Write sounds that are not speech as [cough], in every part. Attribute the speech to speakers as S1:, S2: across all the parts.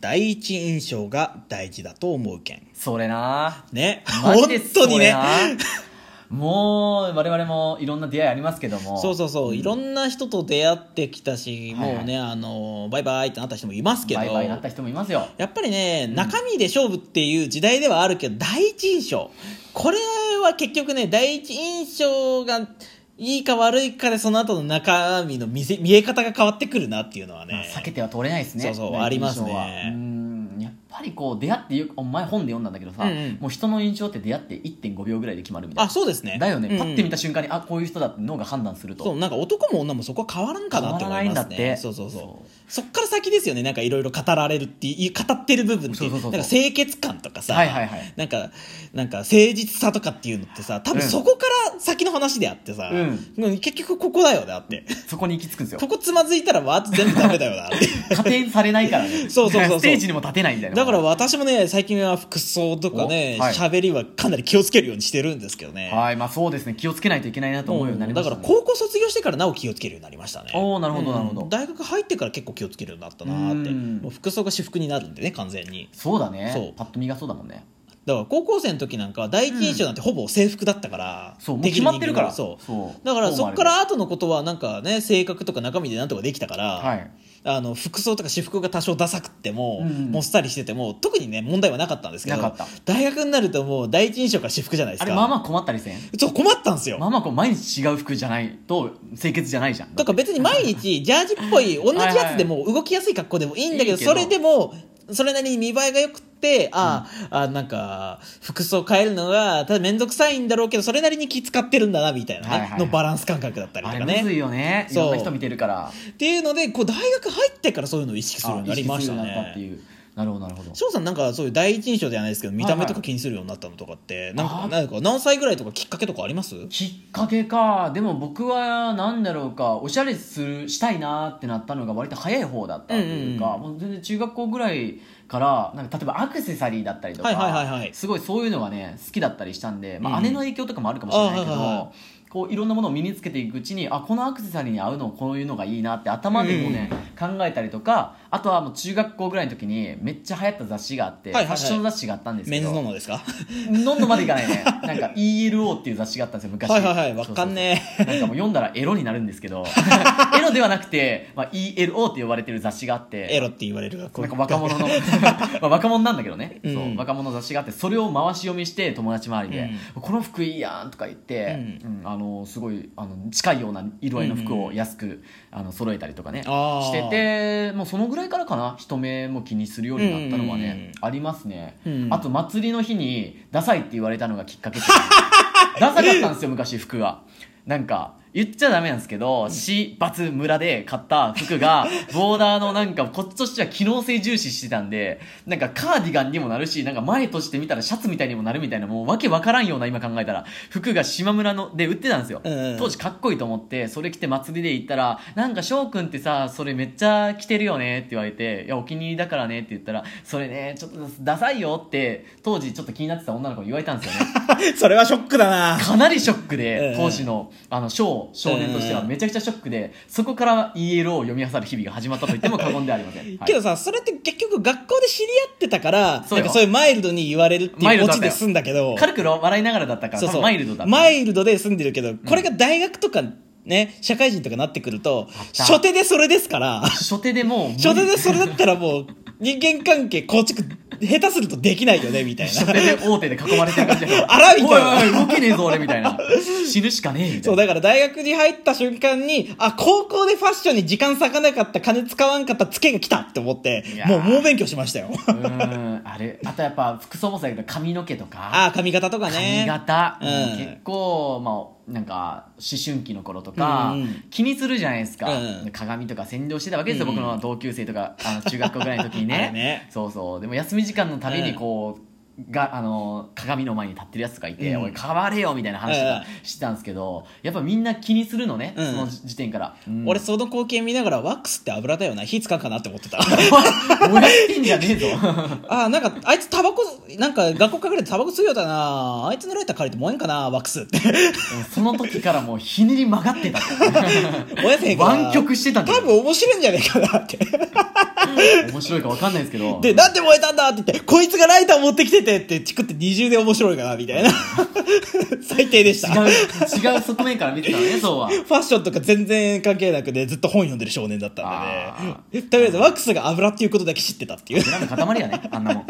S1: 第一印象が大事だと思うけん。
S2: それな
S1: ね。
S2: マ
S1: 本
S2: ジです
S1: 当にね。
S2: それなもう、我々もいろんな出会いありますけども。
S1: [laughs] そうそうそう、いろんな人と出会ってきたし、
S2: はいはい
S1: もうね、あの、バイバイってなった人もいますけど、
S2: バイバイになった人もいますよ。
S1: やっぱりね、中身で勝負っていう時代ではあるけど、第一印象。これは結局ね、第一印象がいいか悪いかで、その後の中身の見せ見え方が変わってくるなっていうのは
S2: まあ
S1: ね。
S2: 避けては通れないですね。
S1: そうそう
S2: 第一
S1: ありますね
S2: 印象はうんやっぱりこう出会ってよお前本で読んだんだけどさ、
S1: うんうん
S2: もう人の印象って出会って1.5秒ぐらいで決まるみたい
S1: あ、
S2: な
S1: そうですね。
S2: だよね、
S1: うん
S2: パッて見た瞬間にあこういう人だって脳が判断すると
S1: そう、なんか男も女もそこは変わらんかなって思い
S2: 変わらないんだ
S1: ま
S2: っ
S1: す
S2: て
S1: ね。そうそうそう。そっから先ですよね、なんかいろいろ語られるっていう、語ってる部分ってい
S2: そう
S1: う、
S2: そうそうそ
S1: な
S2: う
S1: んか清潔感とかさ、
S2: はいはいはい
S1: なんか、なんか誠実さとかっていうのってさ、多分
S2: うん
S1: そこから先の話であってさ、
S2: う
S1: 結局ここだよ、だって。
S2: そこに行き着くんですよ
S1: ここつまずいたらわーって全部ダメだよな
S2: [laughs]
S1: って。
S2: 加点されないから
S1: [laughs]
S2: ね
S1: そうそうそうそう
S2: ステージにも立てないみたいな
S1: だから私もね、最近は服装とかね、
S2: おはい
S1: 喋、りはかなり気をつけるようにしてるんですけどね。
S2: はいまあそうですね気をつけないといけないなと思うようになりま
S1: だ
S2: し
S1: か
S2: た、
S1: ら
S2: ね、
S1: 高校卒業してからなお気をつけるようになりましたね
S2: おーなるほどなるほど
S1: うん大学入ってから結構気をつけるようになったなーって
S2: うん
S1: もう服装が私服になるんでね完全に
S2: そうだね
S1: そう
S2: パッと見がそうだもんね
S1: だから高校生の時なんかは第一印象なんてほぼ制服だったから、
S2: そうもう
S1: でき
S2: 決まってるから
S1: 人間はそう
S2: そう
S1: だから
S2: う
S1: そこから後のことはなんかね性格とか中身でなんとかできたから、
S2: はい
S1: あの服装とか私服が多少ダサくっても、
S2: うん
S1: もっさりしてても特にね問題はなかったんですけど
S2: なかった
S1: 大学になるともう第一印象が私服じゃないです
S2: あ
S1: か
S2: れまあまあ困ったりせん
S1: そう困ったんですよ、
S2: まあまあこう毎日違う服じゃないと清潔じゃないじゃん
S1: とか別に毎日ジャージっぽい同じやつでも動きやすい格好でもいいんだけど
S2: いいけど
S1: それでもそれなりに見栄えが良くってあ、あなんか服装変えるのがただ面倒くさいんだろうけどそれなりに気使ってるんだなみたいな、ね
S2: はいはいはい
S1: のバランス感覚だったりと
S2: あ
S1: か
S2: れむずい
S1: ね
S2: よねい
S1: そう
S2: ろんな人見てるから
S1: っていうのでこう大学入ってからそういうのを意識するようになりました
S2: あ意識するようになったって
S1: ね。
S2: いうなるほどなるほど
S1: 翔さんなんかそういう第一印象じゃないですけど見た目と
S2: はいは
S1: か
S2: い
S1: 気にするようになったのとかってなん
S2: あ
S1: か
S2: ー
S1: なんか何歳ぐらいとかきっかけとかあります
S2: きっかけかでも僕は何だろうかおしゃれするしたいなってなったのが割と早い方だったというか、もう全然中学校ぐらいからなんか例えばアクセサリーだったりとか、
S1: はいはいはいはい
S2: すごいそういうのがね好きだったりしたんで、まあ
S1: うん
S2: 姉の影響とかもあるかもしれないけど、
S1: あはいはいは
S2: こういろんなものを身につけていくうちにあこのアクセサリーに合うのこういうのがいいなって頭でもね、考えたりとかあとはもう中学校ぐらいの時にめっちゃ流行った雑誌があって、
S1: はいはいはい
S2: ファッション雑誌があったんです
S1: メ
S2: け
S1: ン
S2: ど
S1: ズノのですか
S2: 飲んのまでいかないね。 [laughs] なんか ELO っていう雑誌があったんですよ、昔。
S1: はいはいはいわかんね
S2: え。なんかもう読んだらエロになるんですけ
S1: [laughs]
S2: ど、エロではなくて、まあ、ELO って呼ばれてる雑誌があって、
S1: エロって言われる学校
S2: なんか若者の、 [laughs] まあ若者なんだけどね、そう
S1: うん
S2: 若者の雑誌があって、それを回し読みして友達周りで、この服いいやんとか言って、うんあの、すごい、あの、近いような色合いの服を安く、あの、揃えたりとかね、
S1: [laughs] あー
S2: してて、もうそのぐらいからかな、人目も気にするようになったのは
S1: うんうんうん
S2: ね、ありますね、
S1: うん
S2: あと祭りの日にダサいって言われたのがきっかけダサかったんですよ昔服がなんか言っちゃダメなんですけど、市、罰、村で買った服が、ボーダーのなんか、こっちとしては機能性重視してたんで、なんかカーディガンにもなるし、なんか前として見たらシャツみたいにもなるみたいな、もうわけわからんような今考えたら、服が島村ので売ってたんですよ。
S1: うんうん
S2: 当時かっこいいと思って、それ着て祭りで行ったら、なんか翔くんってさ、それめっちゃ着てるよねって言われて、いや、お気に入りだからねって言ったら、それね、ちょっとダサいよって、当時ちょっと気になってた女の子に言われたんですよね。
S1: [laughs] それはショックだな
S2: かなりショック
S1: え
S2: で
S1: え、
S2: 当時の、あの、少、少年としてはめちゃくちゃショックで、そこから ELO を読み漁る日々が始まったと言っても過言ではありません。はい
S1: [laughs] けどさ、それって結局学校で知り合ってたから、
S2: そう
S1: なん
S2: よ
S1: かそういうマイルドに言われるって
S2: マイ
S1: いう
S2: ル
S1: オ
S2: ドだっ
S1: チ
S2: たよ
S1: で済んだけど、
S2: 軽く笑いながらだったから、多分マイルドだった。
S1: マイルドで済んでるけど、これが大学とかね、社会人とかなってくると、
S2: た
S1: 初手でそれですから、
S2: 初手でもう無理、
S1: 初手でそれだったらもう、人間関係構築、下手するとできないよね、みたい
S2: [laughs] 初
S1: な。
S2: 手で大手で囲まれてる感じだから。
S1: [laughs] あらみたいな
S2: おいおいおい動けねえぞ、俺、みた
S1: [laughs]
S2: いな。死ぬしかねえ、みた
S1: そ、
S2: いうな。
S1: だから大学に入った瞬間に、あ、高校でファッションに時間割かなかった、金使わんかった、ツケが来たって思って
S2: いや、ー
S1: もう猛勉強しましたよ。
S2: うーん、あれ。あとやっぱ、服装もそうだけど、髪の毛とか。
S1: あー、髪型とか
S2: 髪
S1: ね。
S2: 型、
S1: うん
S2: 結構、まあ、なんか思春期の頃とか、
S1: うんうん
S2: 気にするじゃないですか、
S1: うん
S2: 鏡とか占領してたわけですよ、
S1: うんうん
S2: 僕の同級生とかあの中学校ぐらいの時に
S1: [laughs] あ
S2: ね
S1: れね
S2: そうそうでも休み時間のためにこう、が、あの、鏡の前に立ってるやつとかいて、
S1: うん
S2: おい、変われよみたいな話と
S1: はいは
S2: かしてたんですけど、やっぱみんな気にするのね、
S1: うん
S2: その時点から。うん
S1: 俺、その光景見ながら、ワックスって油だよな、火使うかなって思ってた。
S2: おい [laughs] 燃やしてんじゃねえぞ。
S1: ああ、なんか、あいつタバコ、なんか、学校隠れてタバコ吸うようだな。あいつのライター借りて燃えんかな、ワックスって。
S2: その時からもうひねり曲
S1: [laughs]
S2: がってた。
S1: 燃やせへんかな。
S2: 湾曲してたんだ
S1: 多
S2: よ
S1: 分面白いんじゃねえかなって。
S2: 面白いかわかんないですけど。
S1: で、なんで燃えたんだって言って、こいつがライター持ってきててって、チクって二重で面白いかな、みたい
S2: [laughs]
S1: な。最低でし
S2: 違
S1: た。フ
S2: う、違う側面から見てたのね、そうは。
S1: ァッションとか全然関係なくね、ずっと本読んでる少年だったん
S2: あ
S1: でね。とりあえず、ワックスが油っていうことだけ知ってたっていう。
S2: なんか塊やね、あ
S1: [laughs]
S2: んなもん。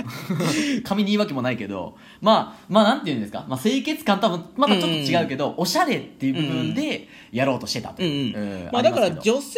S2: 髪に言い訳もないけど、まあ、まあなんて言うんですか、まあ清潔感多分、またちょっと違うけど、おしゃれっていう部分でやろうとしてたと
S1: う
S2: い
S1: ん
S2: う。
S1: うん
S2: うん
S1: まあ、だから
S2: りますけど
S1: 女性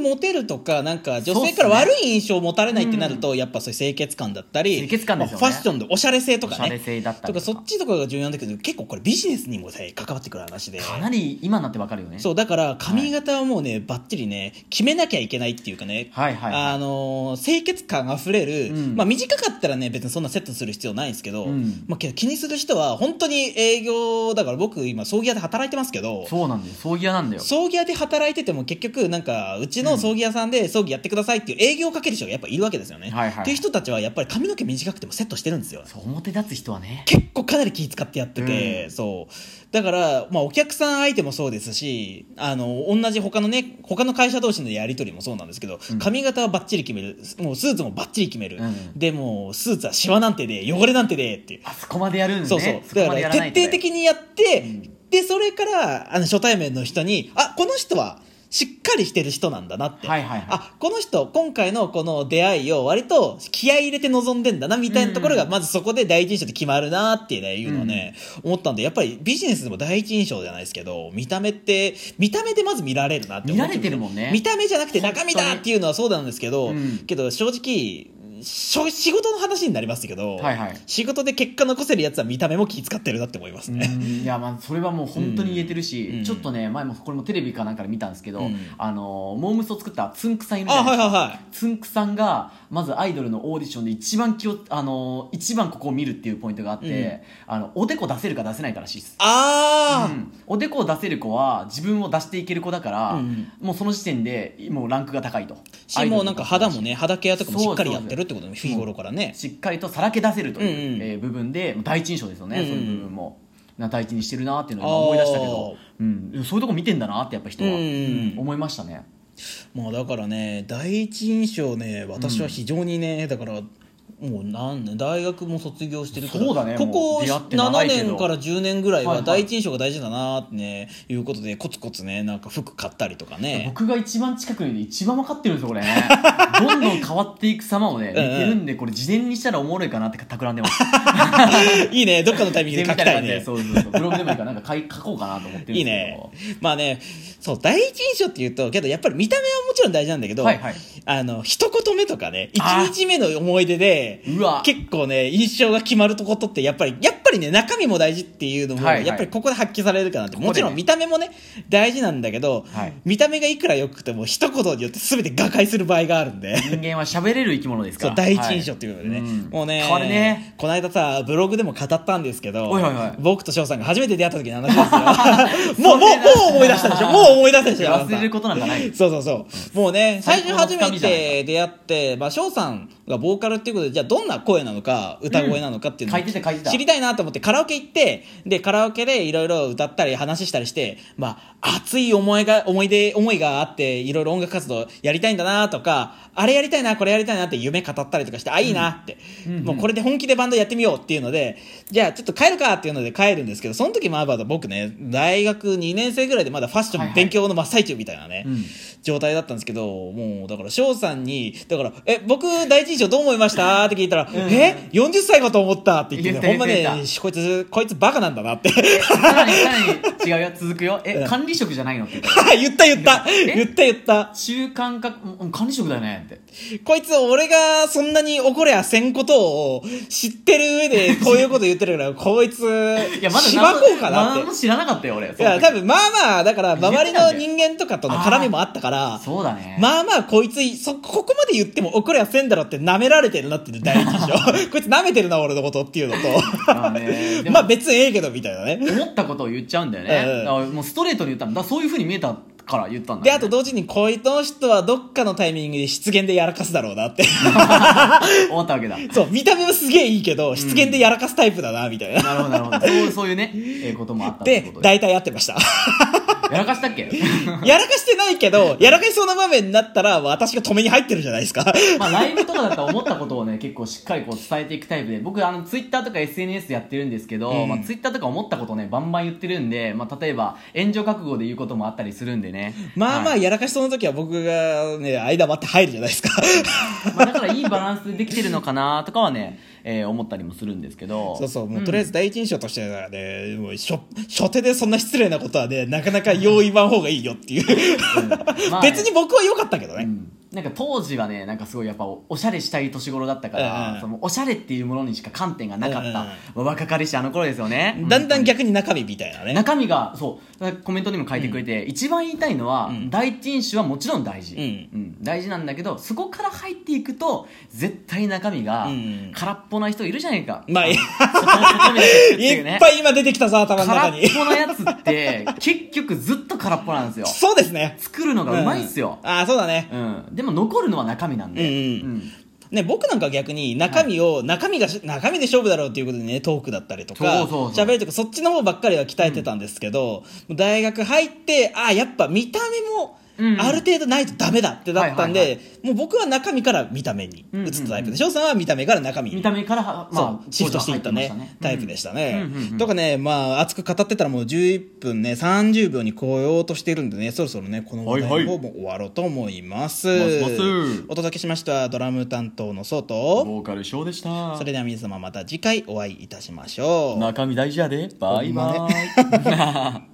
S1: にモテるとかなんか女
S2: そう
S1: 性
S2: っすね
S1: から悪い印象を持たれないってなると、やっぱそういう清潔感だったり
S2: 清潔感ですよね
S1: まあファッションでおしゃれ性とかね
S2: おしゃれ性だったり
S1: と
S2: と
S1: か
S2: か
S1: そっちとかが重要なんだけど結構これビジネスにもね関わってくる話で
S2: かなり今になってわかるよね。
S1: そうだから髪型はもうね、ばっちりね決めなきゃいけないっていうかね、
S2: はいはいはい
S1: あのー清潔感あふれる、
S2: うん
S1: まあ、短かったらね別にそんなセットする必要ないんですけど、
S2: うん
S1: まあ、けど気にする人は本当に営業だから僕今葬儀屋で働いてますけど
S2: そうなんだよ。葬儀屋なんだよ。
S1: 葬儀屋で働いてても結局なんかうちの葬儀屋さんで葬儀やってくださいっていう営業をかける人がやっぱいるわけですよね、
S2: はいはい
S1: っていう人たちはやっぱり髪の毛短くてもセットしてるんですよ
S2: そう表立つ人はね。
S1: 結構かなり気使ってやってて、
S2: うん
S1: そうだから、まあ、お客さん相手もそうですしあの同じ他のね他の会社同士のやり取りもそうなんですけど、
S2: うん
S1: 髪型はバッチリ決めるもうスーツもバッチリ決める、
S2: うん
S1: でもうスーツはシワなんてで汚れなんてでっていう
S2: あそこまでやるんでね。
S1: そうそう。だ
S2: こ
S1: か
S2: までや
S1: ら
S2: らないと
S1: 徹
S2: ね
S1: 底的にやって、
S2: うん
S1: で、それから、あの、初対面の人に、あ、この人は、しっかりしてる人なんだなって。
S2: はいはいはい
S1: あ、この人、今回のこの出会いを割と気合い入れて臨んでんだな、みたいなところが、
S2: うん
S1: まずそこで第一印象で決まるなっていうね、いうのをね、思ったんで、やっぱりビジネスでも第一印象じゃないですけど、見た目って、見た目でまず見られるなって思っ
S2: 見られてるもんね
S1: 見た目じゃなくて中身
S2: 本
S1: だ
S2: 当
S1: っ
S2: に
S1: ていうのはそうなんですけど、
S2: うん
S1: けど正直、しょ仕事の話になりますけど、
S2: はいはい
S1: 仕事で結果残せるやつは見た目も気使ってるなって思いますね。
S2: うんいやまあそれはもう本当に言えてるし、
S1: うん
S2: ちょっとね前もこれもテレビかなんかで見たんですけど、
S1: うん
S2: あのモームスを作ったつんくさんいるじ
S1: あ、
S2: ゃない
S1: はい
S2: ですか
S1: はいは
S2: つんくさんがまずアイドルのオーディションで一番気をあの一番ここを見るっていうポイントがあって、あのおでこ出せるか出せないからしいです、
S1: あー、
S2: うんおでこを出せる子は自分を出していける子だから、
S1: うん
S2: もうその時点でもうランクが高いとア
S1: し、
S2: イド
S1: もう
S2: ル
S1: な
S2: の
S1: んか
S2: 子
S1: 肌もね、肌ケアとかもしっかり
S2: そ
S1: や
S2: う
S1: っ
S2: そうそう
S1: てるってことね、日頃からね。
S2: しっかりとさらけ出せるという、
S1: うんうん
S2: えー部分で第一印象ですよね、
S1: うんうん
S2: そういう部分もな第一にしてるなっていうのを今思い出したけど、うん、そういうとこ見てんだなってやっぱ人は、
S1: うんうん
S2: うん思いましたね
S1: まあだからね、第一印象ね、私は非常にね、だから、もう何年大学も卒業してるから
S2: そうだね
S1: こ
S2: も
S1: こ
S2: う出会って長
S1: 7
S2: いけど
S1: 年から10年ぐらい
S2: はい
S1: は
S2: はい
S1: 第一印象が大事だなーってね、いうことでコツコツねなんか服買ったりとか
S2: [laughs]
S1: ね
S2: 僕が一番近くに一番分かってるんですよこれね
S1: [laughs]
S2: どんどん変わっていく様をね見
S1: うんうん
S2: てるんでこれ事前にしたらおもろいかなって企んでます
S1: [laughs] いいねどっかのタイミン
S2: 事
S1: グで書き
S2: 前みたいな
S1: たい
S2: 感じで
S1: ね
S2: そうそうそうブログでもいいからなんか書い書こうかなと思ってるんですけど
S1: いいね。まあね、そう、第一印象って言うと、けどやっぱり見た目はもちろん大事なんだけど、
S2: はいはい
S1: あの、一言目とかね、一
S2: あー
S1: 日目の思い出で、
S2: うわ
S1: 結構ね、印象が決まるとことって、やっぱり、やっぱりね、中身も大事っていうのも、
S2: はいはい
S1: やっぱりここで発揮されるかなって、
S2: ここでね
S1: もちろん見た目もね、大事なんだけど、
S2: はい
S1: 見た目がいくら良くても、一言によって全て瓦解する場合があるんで。
S2: 人間は喋れる生き物です
S1: そ
S2: か
S1: う
S2: ら
S1: 第一印象っていうことでね、
S2: はいん
S1: もうね
S2: 変わるね
S1: この間さブログでも語ったんですけど、
S2: はいはいはい
S1: 僕と翔さんが初めて出会った時の話ですよ
S2: [laughs]
S1: もうもうもう思い出したでしょもう思い出したでしょ
S2: 忘れることなんかない
S1: そうそうそう。もうね、最初初
S2: 最高の
S1: め
S2: つかみじゃない
S1: て出会って、まあ、翔さんがボーカルっていうことで、じゃあどんな声なのか、歌声なのかっていうのを
S2: うん書いてた書いてた
S1: 知りたいなと思って、カラオケ行って、で、カラオケでいろいろ歌ったり話したりして、まあ、熱い思いが、思い出、思いがあって、いろいろ音楽活動やりたいんだなとか、あれやりたいな、これやりたいなって夢語ったりとかして、あ、いいなって、もうこれで本気でバンドやってみようっていうので、じゃあちょっと帰るかっていうので帰るんですけど、その時まあまだ僕ね、大学2年生ぐらいでまだファッショ
S2: はい
S1: ン
S2: はい
S1: 勉強の真っ最中みたいなね、
S2: うん
S1: 状態だったんですけど、もう、だから、翔さんに、だから、え、僕、第一印象どう思いましたって聞いたら、え ?40 歳かと思ったって言ってね、ほ
S2: 言
S1: ん
S2: っ
S1: ま
S2: た
S1: ね
S2: 言った言、
S1: こいつ、こいつバカなんだなって。 [laughs]
S2: さらにさらに違うよ続くよえ、管理職じゃないのって言ったら
S1: 言った言った
S2: え
S1: 言った言った
S2: 中間かうん管理職だよねって
S1: こいつ、俺がそんなに怒りゃせんことを知ってる上
S2: [laughs]
S1: で、こういうこと言ってるから、こいつ、
S2: いやまだ
S1: しば
S2: 何も
S1: こうかなっ
S2: 何
S1: て
S2: も。知らなかったよ俺
S1: いや、多分、まあまあ、だから、周りの人間とかとの絡みもあったから、
S2: そうだね
S1: まあまあ、こいつ、そ、ここまで言っても怒りはせんだろって舐められてるなっってる第一印
S2: [laughs]
S1: 象。こいつ舐めてるな、俺のことっていうの
S2: まあ
S1: と。
S2: ねでも
S1: まあ別にええけど、みたいなね。
S2: 思ったことを言っちゃうんだよね、
S1: うん
S2: だからもうストレートに言ったんだだからそういうふうに見えたから言ったんだ
S1: で、
S2: よ
S1: あ
S2: ね
S1: と同時に、こいつの人はどっかのタイミングで失言でやらかすだろうなって。
S2: 思ったわけだ
S1: そう、見た目はすげえいいけど、失言でやらかすタイプだな、みたいな。
S2: なるほどなるほどそうそういうね、えーこともあったって
S1: で
S2: こ、とで
S1: 大体やってま [laughs] した。
S2: やらかしたっけ [laughs]
S1: やらかしてないけど、やらかしそうな場面になったら、私が止めに入ってるじゃないですか。
S2: まあライブとかだったら思ったことをね結構しっかりこう伝えていくタイプで僕あのツイッターとか SNS やってるんですけど、
S1: うん
S2: まあ、ツイッターとか思ったことねバンバン言ってるんで、まあ、例えば炎上覚悟で言うこともあったりするんでね
S1: まあま
S2: は
S1: あ、
S2: い
S1: やらかしそうな時は僕がね、間待って入るじゃないですか。
S2: まあだからいいバランスでできてるのかなとかはね、えー思ったりもするんですけど
S1: そうそう、も
S2: ん
S1: うとりあえず第一印象としてはね、もう初、初手でそんな失礼なことはね、なかなか用意ばん方がいいよっていう。
S2: まあ
S1: [laughs] 別に僕は良かったけど
S2: う
S1: ね。
S2: んなんか当時はねなんかすごいやっぱおおしゃれしたい年頃だったから、
S1: うんうん
S2: そのおしゃれっていうものにしか観点がなかっ
S1: うんうん
S2: た、若かりしあの頃ですよね
S1: だんだん
S2: 逆
S1: 逆に中身みたいなね。
S2: 中身がそうコメントにも書いてくれて、一番言いたいのは、
S1: ん
S2: 第一印象はもちろん大事、
S1: うん
S2: 大事なんだけどそこから入っていくと絶対中身が
S1: うん
S2: 空っぽな人いるじゃないか、
S1: まあ、い
S2: そこの外見だけ作って
S1: い
S2: るね
S1: っ [laughs] ぱい今出てきたぞ、頭の
S2: 空
S1: 中
S2: っ
S1: に。
S2: ぽなや
S1: [laughs]
S2: つって結局ずっと空っぽなんですよ
S1: そうですね。
S2: 作るのがうまいっすよ、
S1: うんああ、そうだね。
S2: うん、でも残るのは中身なんで、
S1: うんうん
S2: うん
S1: ね、僕なんかは逆に中身を、中身がし、中身で勝負だろうっていうことでね、トークだったりと
S2: そ
S1: か
S2: うそう、そう
S1: 喋るとか、そっちの方ばっかりは鍛えてたんですけど、大学入って、ああ、やっぱ見た
S2: う
S1: 目
S2: ん
S1: も、ある程度ないとダメだってなったん
S2: はいはい
S1: で、もう僕は中身から見た目に移ったタイプで、翔さんは見た目から中身
S2: 見
S1: に
S2: た。目からは、ま
S1: そ
S2: あ、
S1: うシフトしていったね
S2: 当時は入ってまし
S1: タイプでした
S2: う
S1: ね
S2: んうんうんうん
S1: とかねまあ熱く語ってたらもう11分ね30秒に超えようとしてるんでねそろそろねこの話題の方も終わろうと思います、
S2: はいはいお願いします
S1: お届けしましたドラム担当のソと
S2: ボーカルショーでした
S1: それでは皆様また次回お会いいたしましょう
S2: 中身大事やでバイバイ